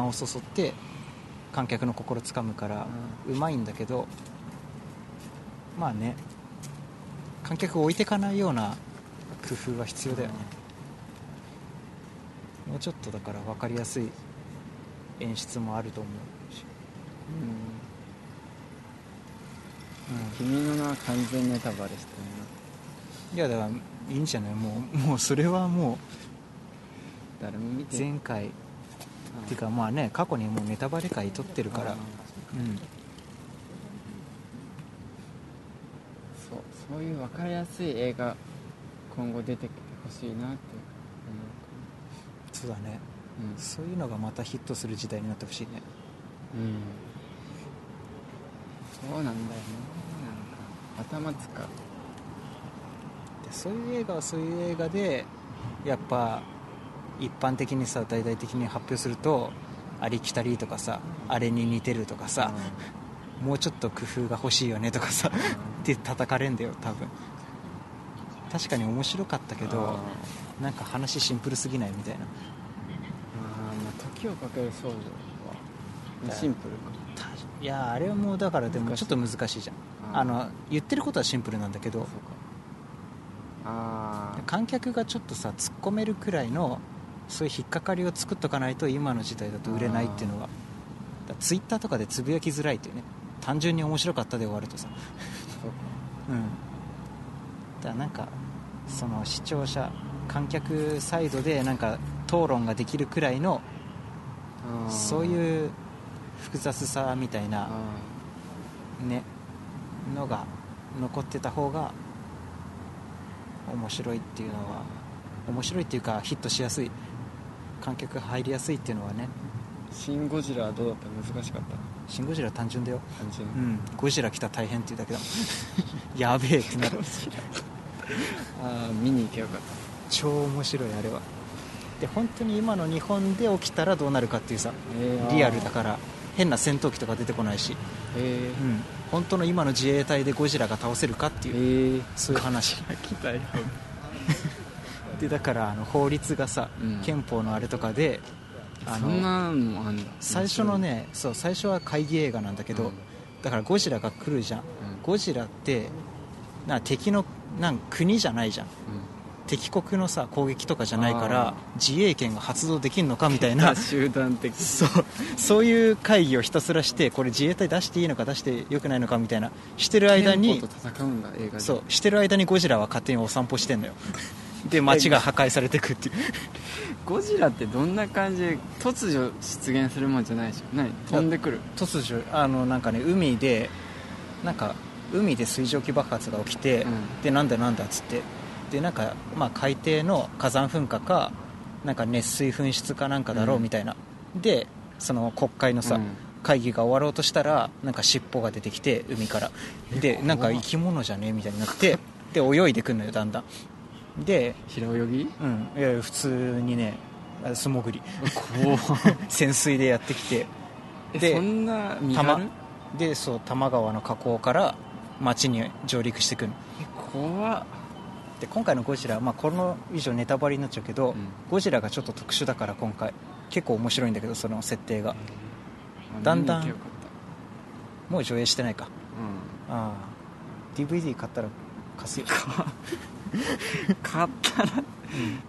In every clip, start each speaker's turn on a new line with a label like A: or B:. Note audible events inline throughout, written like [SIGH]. A: をそそって観客の心つかむからうまいんだけどまあね観客を置いてかないような工夫は必要だよね、もうちょっとだから分かりやすい演出もあると思うし、
B: うん君の名は完全ネタバレして
A: うん、いやだからいいんじゃないもうもうそれはも
B: るな誰も見
A: う
B: て
A: 前回っていうかまあね過去にもうネタバレ会撮ってるから
B: あー
A: うん
B: そうそういう分かりやすい映画今後出てきてほしいなって
A: そうだね
B: 思う
A: そういうのがまたヒットする時代になってほしいね
B: うん、うん、そうなんだよねなんか頭使う
A: でそういう映画はそういう映画でやっぱ一般的にさ大々的に発表するとありきたりとかさあれに似てるとかさ、もうちょっと工夫が欲しいよねとかさって叩かれんだよ多分確かに面白かったけ
B: あー
A: どなんか話シンプルすぎないみたいな
B: あーまあ時をかける少女はまあシンプルか
A: たいやあれはもうだからでも
B: 難し
A: ちょ
B: い
A: っと難しいじゃん
B: あー
A: あの言ってることはシンプルなんだけ
B: そう
A: ど
B: かあ
A: 観客がちょっとさ突っ込めるくらいのそういう引っかかりを作っとかないと今の時代だと売れないっていうのはツイッターとかでつぶやきづらいっていうね単純に面白かったで終わるとさ
B: あそうか
A: うんだからなんかその視聴者観客サイドでなんか討論ができるくらいの
B: あー
A: そういう複雑さみたい
B: あ
A: なねのが残ってた方が面白いっていうのは面白いっていうかヒットしやすい観客が入りやすいっていうのはね
B: ーシン・ゴジラはどうだった難しかった
A: 「シン・ゴジラ」単純だよ
B: 感じ、
A: うんゴジラ来た大変っていうだけだもん [LAUGHS] やべえってなる
B: ああ見に行けよかった
A: 超面白いあれはで本当に今の日本で起きたらどうなるかっていうさ
B: えー
A: リアルだから変な戦闘機とか出てこないし、
B: え
A: うん、本当の今の自衛隊でゴジラが倒せるかって
B: え
A: いう、
B: ー、え
A: そういう話
B: ー、来たよ
A: [LAUGHS] でだからあの法律がさ、
B: うん
A: 憲法のあれとかであ
B: そんなのもあんだ
A: 最初のねそう最初は会議映画なんだけど、
B: うん
A: だからゴジラが来るじゃん、
B: うん
A: ゴジラってな敵のなん国じゃないじゃん
B: う
A: 敵国のさ攻撃とかじゃないから
B: あ
A: 自衛権が発動できるのかみたい
B: ん [LAUGHS]
A: な
B: 集団的
A: そうそういう会議をひたすらしてこれ自衛隊出していいのか出してよくないのかみたいなしてる間に
B: 憲法と戦うんだ映画で
A: そうしてる間にゴジラは勝手にお散歩して [LAUGHS] んのよで街が破壊されてくっていう
B: ゴジラってどんな感じで突如出現するもんじゃないでしょ何飛んでくる
A: 突如あのなんかね海でなんか海で水蒸気爆発が起きて、
B: うん
A: でなんだなんだっつってでなんか、まあ、海底の火山噴火かなんか熱水噴出かなんかだろうみたいな、でその国会のさ、
B: うん
A: 会議が終わろうとしたらなんか尻尾が出てきて海からで
B: 怖っ
A: なんか生き物じゃねみたいになってで泳いでくんのよだんだんで
B: 平泳ぎ
A: うんいやいや普通にねあ素潜
B: [LAUGHS]
A: り
B: 怖
A: 潜水でやってきてで
B: でそんな身
A: 多摩
B: 軽
A: でそう多摩川の河口から町に上陸してくる
B: 怖っ
A: で今回のゴジラ、まあ、この以上ネタバレになっちゃうけど、
B: うん
A: ゴジラがちょっと特殊だから今回結構面白いんだけどその設定がだんだん
B: 見に行けばよかっ
A: もう上映してないか
B: たうん
A: ああ DVD 買ったら貸
B: [LAUGHS]
A: すよ
B: 買ったら、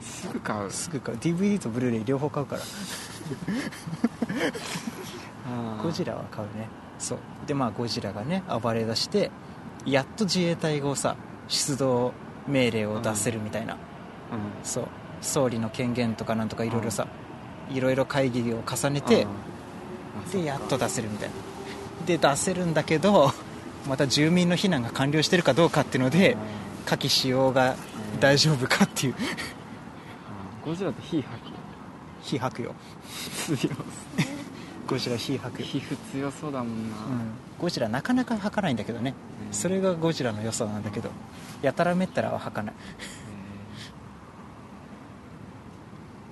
B: すぐ買う
A: すぐ買う DVD とブルーレイ両方買うからゴジ
B: ラ
A: ラは買うねそうでまあゴジラがね暴れ出してやっと自衛隊をさ出動命令を出せるみたいな、
B: うん
A: そう総理の権限とかなんとかいろいろさいろいろ会議を重ねて
B: あーあそ
A: で
B: か
A: やっと出せるみたいなで出せるんだけどまた住民の避難が完了してるかどうかっていうので
B: あ
A: 火器使用が大丈夫か [LAUGHS] っていう
B: ーゴジラって火吐
A: 火吐くよ
B: き強
A: ゴジラ火吐くよ
B: 皮膚強そうだもんな、
A: うんゴジラなかなか吐かないんだけどね
B: うん
A: それがゴジラの良さなんだけどやたらめったらは吐かない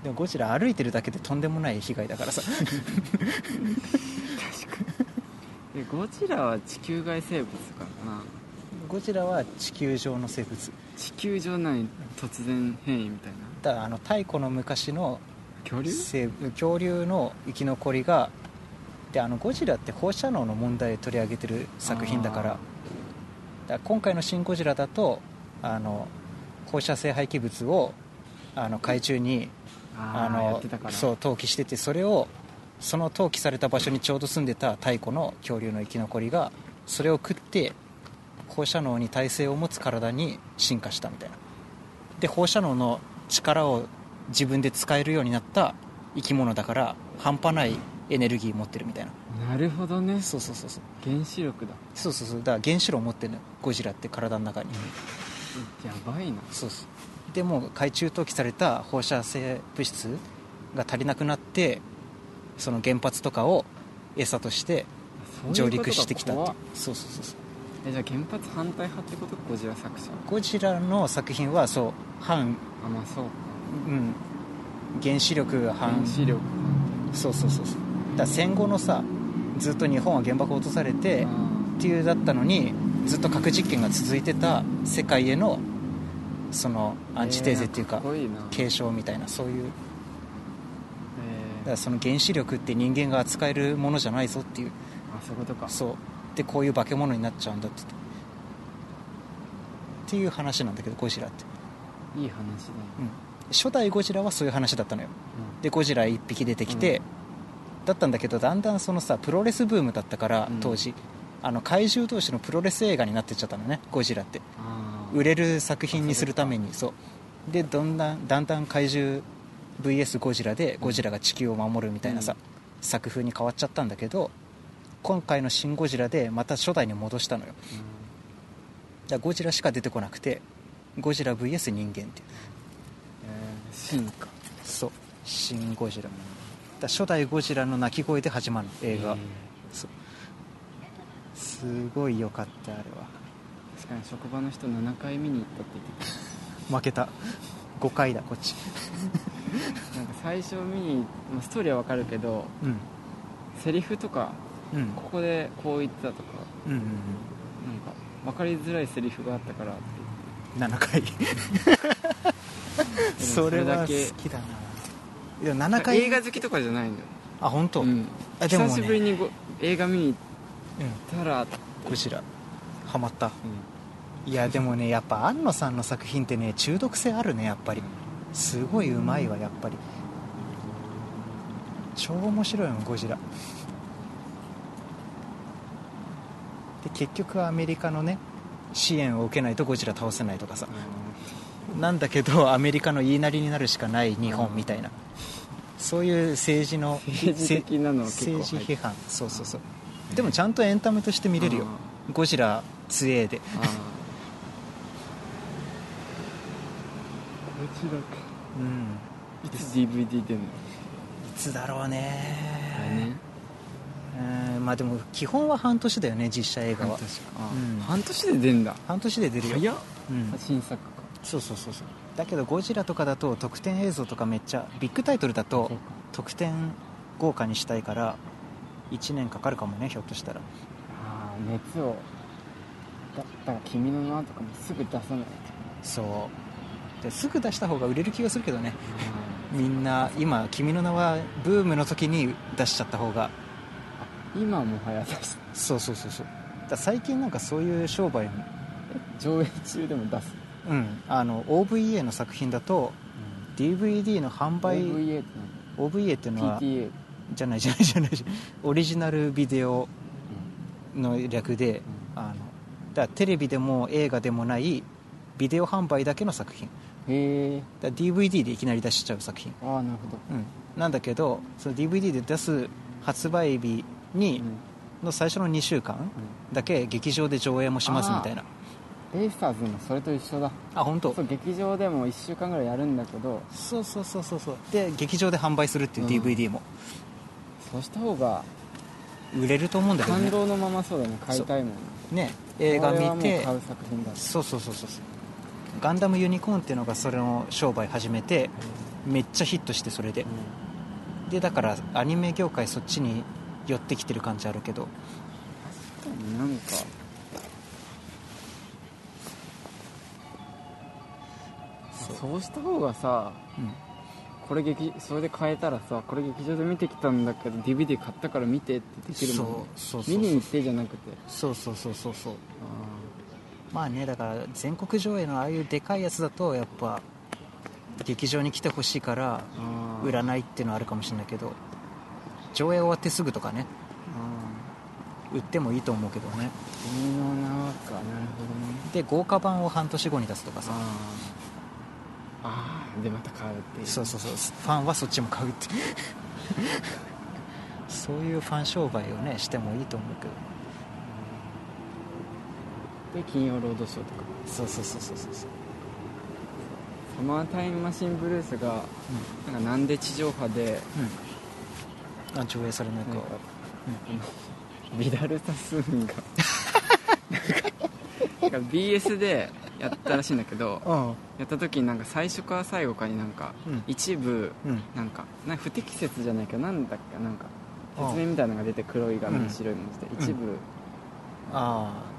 A: でもゴジラ歩いてるだけでとんでもない被害だからさ [LAUGHS]
B: えーでゴジラは地球外生物かな
A: ゴジラは地球上の生物
B: 地球上内突然変異みたいな
A: だからあの太古の昔の
B: 恐竜
A: 生物恐竜の生き残りがであのゴジラって放射能の問題を取り上げてる作品だからだ
B: あー
A: から今回の「シン・ゴジラ」だとあの放射性廃棄物をあの海中に
B: あ
A: あ
B: のや
A: の
B: ってたから
A: そう投棄しててそれをその投棄された場所にちょうど住んでた太古の恐竜の生き残りがそれを食って放射能に耐性を持つ体に進化したみたいなで放射能の力を自分で使えるようになった生き物だから半端ないエネルギー持ってるみたいな
B: なるほどね
A: そうそうそうそう
B: 原子力だ
A: そうそうそうだから原子炉持ってるのよゴジラって体の中に
B: やばいな
A: そうそうでもう海中投棄された放射性物質が足りなくなってその原発とかを餌として
B: そういうこ
A: 上陸
B: とか
A: してきたっていう
B: 怖っ
A: そうそうそうそう
B: えじゃあ原発反対派ってことゴジラ作者
A: ゴジラの作品はそう反、
B: あまあそうか
A: うん、原子力反
B: 原子力
A: そうそうそうそうだから戦後のさずっと日本は原爆落とされて
B: あー
A: っていうだったのにずっと核実験が続いてた世界へのそのアンチテーゼっていう
B: え
A: か
B: ーなんかっこいいな
A: 継承みたいなそういうだか
B: えー
A: らその原子力って人間が扱えるものじゃないぞっていう
B: あそういうことか
A: そうでこういう化け物になっちゃうんだってっていう話なんだけどゴジラって、
B: いい話だよ
A: うん、初代ゴジラはそういう話だったのよでゴジラ1匹出てきて、だったんだけどだんだんそのさプロレスブームだったから
B: うん
A: 当時、あの怪獣同士のプロレス映画になってっちゃったのねゴジラって
B: あー
A: 売れる作品にするためにそうでどんだんだんだん怪獣 VS ゴジラでゴジラが地球を守るみたいなさ、
B: うん
A: 作風に変わっちゃったんだけど今回の「シン・ゴジラ」でまた初代に戻したのよだか
B: うん
A: らゴジラしか出てこなくてゴジラ VS 人間っていう
B: えー進化
A: そう「シン・ゴジラ」だから初代ゴジラの鳴き声で始まるの映画、
B: えー
A: そうすごい良かったあれは
B: 確かに職場の人7回見に行ったって言ってた
A: 負けた5回だこっち
B: なんか最初見に、まあ、ストーリーはわかるけど
A: うん
B: セリフとか
A: うん
B: ここでこう言ってたとか
A: うんうん
B: なんか分かりづらいセリフがあったからって
A: うん7回
B: 言って
A: それは好
B: それだ
A: きだなでも7
B: け
A: 回
B: 映画好きとかじゃないんだよ、
A: あ本当、
B: うん、
A: あでもね
B: 久しぶりにご映画見に
A: う
B: 行ったら、うん
A: ん、ゴジラハマったいやでも
B: [LAUGHS]
A: ねやっぱ庵野さんの作品ってね中毒性あるねやっぱりすごいうまいわやっぱり超面白いもんゴジラで結局アメリカのね支援を受けないとゴジラ倒せないとかさなんだけどアメリカの言いなりになるしかない日本みたいなそういう政治の
B: 政治的なのは結構入
A: 政
B: っ
A: 治
B: て
A: 批判そうそうそうでもちゃんとエンタメとして見れるよゴジラ強えで
B: あーあーこちらか
A: うん
B: いつ DVD 出んの
A: いつだろう
B: 来
A: ね
B: 年
A: うんまあでも基本は半年だよね実写映画
B: 半
A: は
B: 年かあー
A: うん
B: 半年で出んだ
A: 半年で出るよ
B: 早っ
A: うん
B: あ、新作か
A: そうそうそうそうだけどゴジラとかだと特典映像とかめっちゃビッグタイトルだと
B: そうか
A: 特典豪華にしたいから1年かかるかもねひょっとしたら
B: ああ熱をだったら君の名とかもすぐ出さない
A: そうですぐ出した方が売れる気がするけどねみんな今「君の名は」ブームの時に出しちゃった方が
B: 今もはや出す
A: そうそうそうそうだ最近なんかそういう商売
B: 上映中でも出す、
A: うんあの OVA の作品だと DVD の販売
B: OVA って
A: OVA っていうの
B: 何
A: は
B: PTA
A: じゃないじゃないじゃないじゃないオリジナルビデオの略であのだからテレビでも映画でもないビデオ販売だけの作品
B: うんへえ
A: だから DVD でいきなり出しちゃう作品
B: ああなるほど
A: うん、なんだけどその DVD で出す発売日に、
B: うん
A: の最初の2週間だけ劇場で上映もしますみたいな
B: ベイスターズもそれと一緒だ
A: あ本当
B: そう劇場でも1週間ぐらいやるんだけど
A: そうそうそうそうそうで劇場で販売するっていう DVD も、
B: そうした方が
A: 売れると思うんだけど
B: 感
A: ね
B: 動のままそうだね買いたいもん
A: ね映画見
B: これはも
A: て
B: う買う作品だ
A: そうそうそうそうそうガンダムユニコーンっていうのがそれの商売始めてめっちゃヒットしてそれで
B: う、ん
A: でだからアニメ業界そっちに寄ってきてる感じあるけど
B: なんかそうした方がさ
A: うん
B: これ劇それで変えたらさこれ劇場で見てきたんだけど DVD 買ったから見てってできるもんね
A: そうそうそうそう
B: 見に行ってじゃなくて
A: そうそうそうそうそう
B: あ
A: まあねだから全国上映のああいうでかいやつだとやっぱ劇場に来てほしいから
B: ーあー
A: 占いっていうのはあるかもしれないけど上映終わってすぐとかね
B: あ
A: 売ってもいいと思うけどね
B: ー微妙なわかなるほどね
A: で豪華版を半年後に出すとかさ
B: あーあーでまた買うっていう
A: そうそうそうファンはそっちも買うってそういうファン商売をねしてもいいと思うけど
B: で金曜ロードショーとか
A: そうそうそうそうそうそう
B: サマータイムマシンブルースがなんかなんで地上波で
A: うんあ上映されない
B: なん
A: か
B: か、あのビダルタス
A: [LAUGHS]
B: ーンがなんかなんか BS でやったらしいんだけど
A: あ
B: やった時になんか最初か最後かになんか
A: うん
B: 一部
A: うん
B: なんかなんか不適切じゃないけどなんだっけなんか
A: ああ
B: 説明みたいなのが出て黒い画面
A: うん
B: に白い文字で一部
A: ああ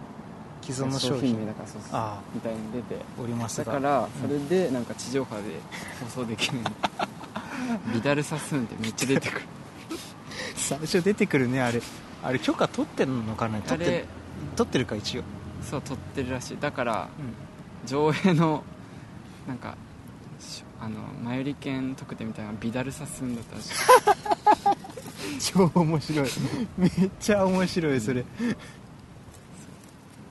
A: 既存の
B: 商
A: 商
B: 品名
A: 品
B: だからそうそう
A: あ
B: みたいに出て
A: あおります
B: だ
A: が
B: からそれでなんか地上波で放送できる
A: [LAUGHS]
B: のビダルサスーンってめっちゃ出てくる
A: 最初出てくるねあれあれ許可取ってんのかな
B: あ
A: 取って
B: れ
A: 取ってるか一応
B: そう撮ってるらしいだから
A: うん
B: 上映のなんかしあの前売り券特典みたいなのビダルサスーンだったらしい
A: 超面白いめっちゃ面白いそれ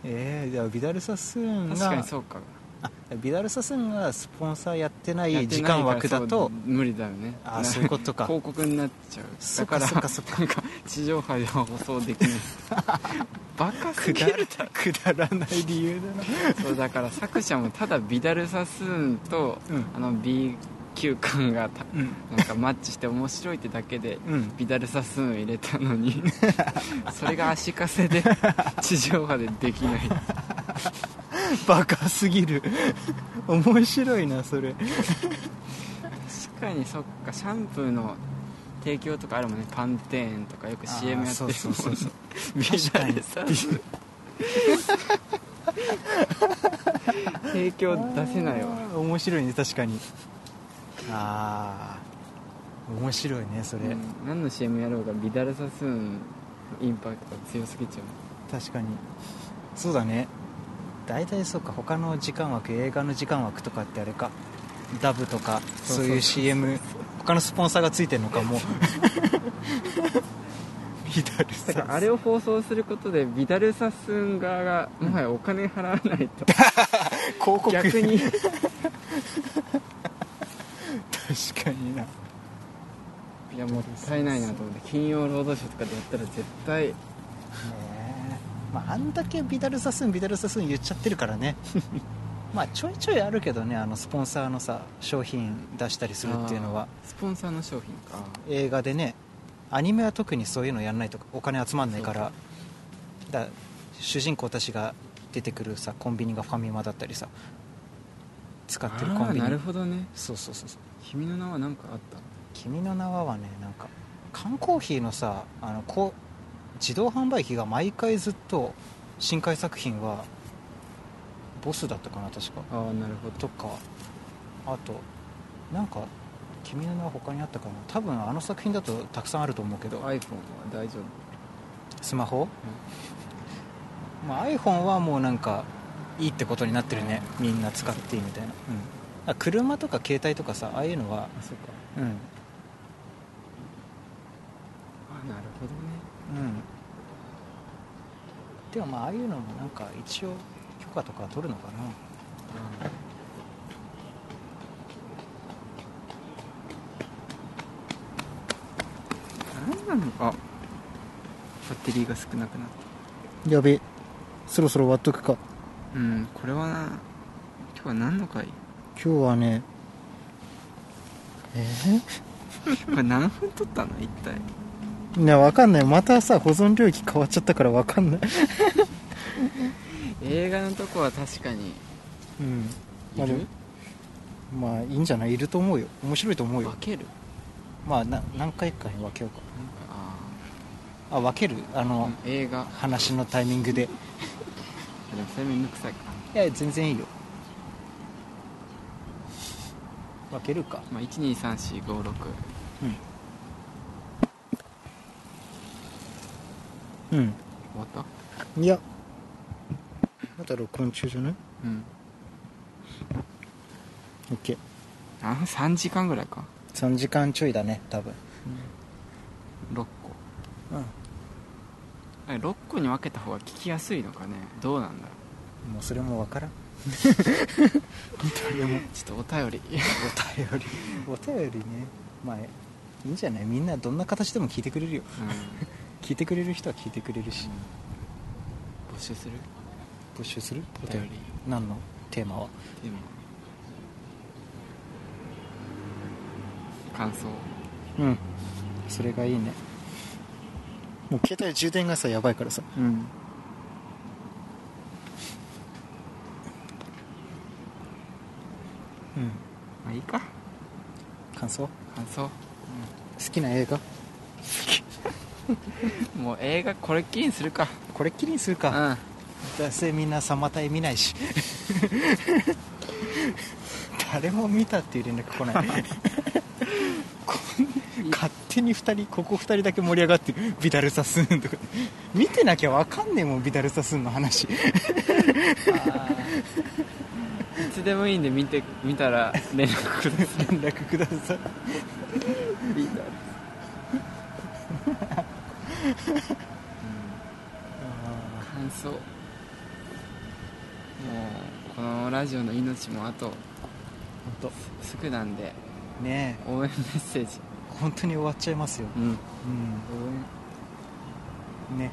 A: えー、じゃあビダルサスーンが
B: 確かにそうか
A: あビダルサスーンがスポンサーやってな
B: やっ
A: い
B: て
A: 時
B: ないから
A: 間枠だ
B: そ
A: と
B: う無理だよね
A: あーそういうことか
B: [LAUGHS] 広告になっちゃう
A: そ
B: だ
A: っか
B: から
A: そっかそっか
B: なんか地上波では放送で
A: [LAUGHS]
B: きないバカす
A: く
B: ぎ
A: だ
B: る
A: くだらない理由だな
B: そうだから作者もただビダルサスーンと、
A: うん
B: あの B 級感がた
A: うん
B: なんかマッチして面白いってだけで、
A: うん
B: ビダルサスーン入れた
A: [LAUGHS]
B: のにそれが足かせで地上波でできない
A: バカすぎる面白いなそれ
B: 確かにそっかシャンプーの提供とかあるもんねパンテーンとかよく CM やって
A: あーそ
B: るもんね
A: うそうそうそう
B: ビダルサスーン [LAUGHS] 提供出せないわ
A: あー面白いね確かにああ面白いねそれ、
B: うん何の CM やろうがビダルサスーンのインパクトが強すぎちゃう
A: 確かにそうだね大体そうか他の時間枠映画の時間枠とかってあれかダブとか
B: そ
A: そう
B: そう
A: う
B: そう
A: いう CM 他のスポンサーがついてるのか
B: [LAUGHS]
A: もビダル
B: だ
A: さ
B: からあれを放送することでビダルサスーン側がもはやお金払わない
A: [LAUGHS]
B: と
A: 広告
B: 逆
A: [LAUGHS]
B: に
A: 確かにない
B: やもったいないなと思って金曜ロードショーとかでやったら絶対
A: ねえまあ、あんだけビダルサスーンビダルサスーン言っちゃってるからね
B: [LAUGHS]
A: まあちょいちょいあるけどねあのスポンサーのさ商品出したりするっていうのは
B: スポンサーの商品か
A: 映画でねアニメは特にそういうのやんないとお金集まんないからだから主人公たちが出てくるさコンビニがファミマだったりさ使ってるコンビ
B: あー
A: ニ
B: なるほどね
A: そうそうそうそう
B: 君の名は何かあった
A: 「君の名は」はねなんか缶コーヒーのさあのこう自動販売機が毎回ずっと新海作品はボスだったかな確か
B: ああなるほど
A: とかあとなんか「君の名は」他にあったかな多分あの作品だとたくさんあると思うけど
B: iPhone は大丈夫
A: スマホ、まあ、iPhone はもうなんかいいってことになってるねみんな使っていいみたいな、うん、あ車とか携帯とかさああいうのは
B: あそっか
A: うん、うん、
B: あーなるほどね
A: でもまあああいうのもなんか一応許可とか取るのかな
B: 何なのかバッテリーが少なくなっ
A: やべそろそろ終わっとくか
B: たうんこれはな今日は何の回
A: 今日はねえ
B: これ何分撮ったの一体
A: ー、ねわかんないまたさ保存領域変わっちゃったからわかんない
B: 映画のとこは確かに
A: うん
B: いる
A: まあいいんじゃないいると思うよ面白いと思う
B: 分
A: よ
B: ける
A: まあな何回かに分けようか
B: なんかあ
A: あ分けるあ
B: あ、
A: の、
B: うん映画
A: 話のタイミングで
B: でもそれめんどくさいか
A: いや全然いいよ分けるか
B: まあ、123456
A: うん、うん
B: 終わった
A: いやまだ録音中じゃない
B: うん
A: ?OK3
B: あ3時間ぐらいか、
A: 時間ちょいだね多分
B: 6個あれ6個に分けた方が聞きやすいのかねどうなんだろ
A: もうそれ [LAUGHS] も分からん誰も
B: うちょっと [LAUGHS] お便り
A: お便りお便りねまあいいんじゃないみんなどんな形でも聞いてくれるよ
B: うん、
A: 聞いてくれる人は聞いてくれるし
B: 募集する
A: 募集する
B: お便り
A: 何のテーマは
B: でも感想
A: うんそれがいいねもう携帯充電がさやばいからさ
B: うん
A: うん
B: まあいいか
A: 感想好
B: 感想
A: きな映画
B: もう映画これっきりにするか
A: これっきりにする
B: う
A: か
B: ん
A: どうせみんな「サマタイ」見 [LAUGHS] ないし誰も見たっていう連絡来ない [LAUGHS] こん勝手に2人ここ2人だけ盛り上がってるビダルサスーンとか見てなきゃ分かんねえもんビダルサスーンの話
B: いつでもいいんで見て見たら連絡くださ
A: 連
B: い
A: 絡ください
B: 感想もうこのラジオの命もあと
A: 本
B: すぐなんで
A: 当ねえ
B: 応援メッセージ
A: 本当に終わっちゃいますよ、
B: うん
A: う
B: 応援
A: ん、ね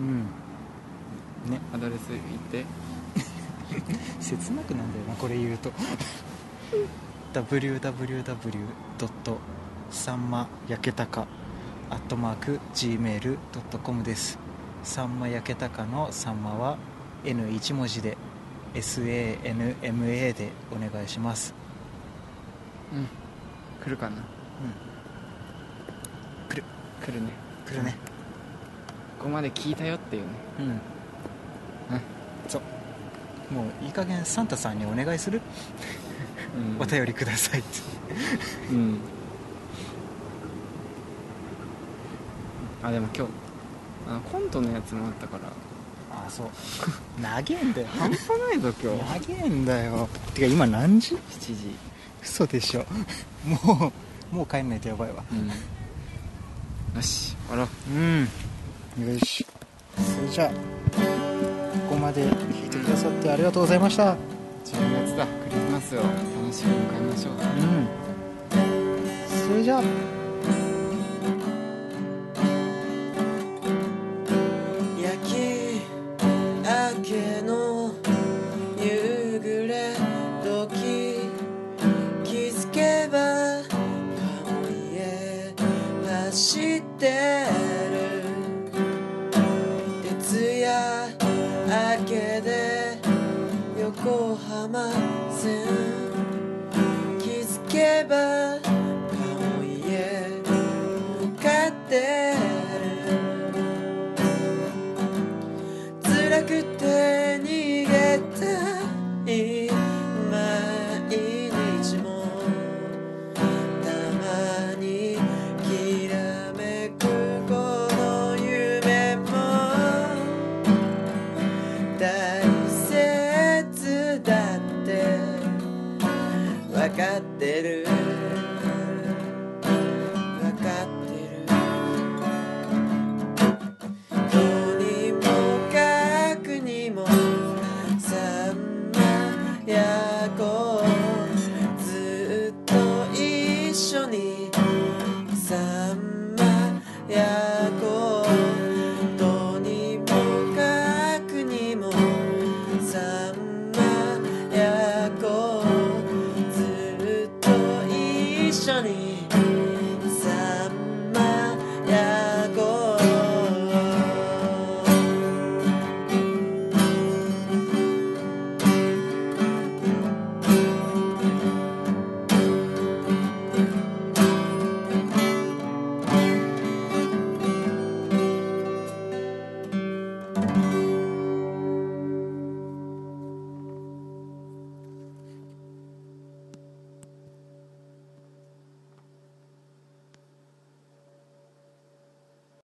A: うんね
B: アドレス言って
A: 切なくなんだよなこれ言うと www. さんまやけたか gmail.com ですさんまやけたかのさんまは N1 文字で SANMA でお願いします、
B: うん来るかな
A: う
B: 来るね
A: ん、来るね
B: ここまで聞いたよっていうね
A: うんそうもういい加減サンタさんにお願いする、
B: うん
A: お便りくださいって
B: うんあでも今日あのコントのやつもあったから
A: ああそう [LAUGHS] 長えんだよ
B: 半端ないぞ今日
A: 長えんだよてか今何時
B: 7時
A: 嘘でしょ [LAUGHS] もうもう帰んないとやばいわ
B: うんよしあ
A: う
B: ら
A: んよしそれじゃあここまで聞いてくださってありがとうございました
B: 10月だクリスマスを楽しく迎えましょう
A: うんそれじゃあ
C: 焼き明けの夕暮れ時気づけば顔へ走ってる徹夜明けで横浜線気づけば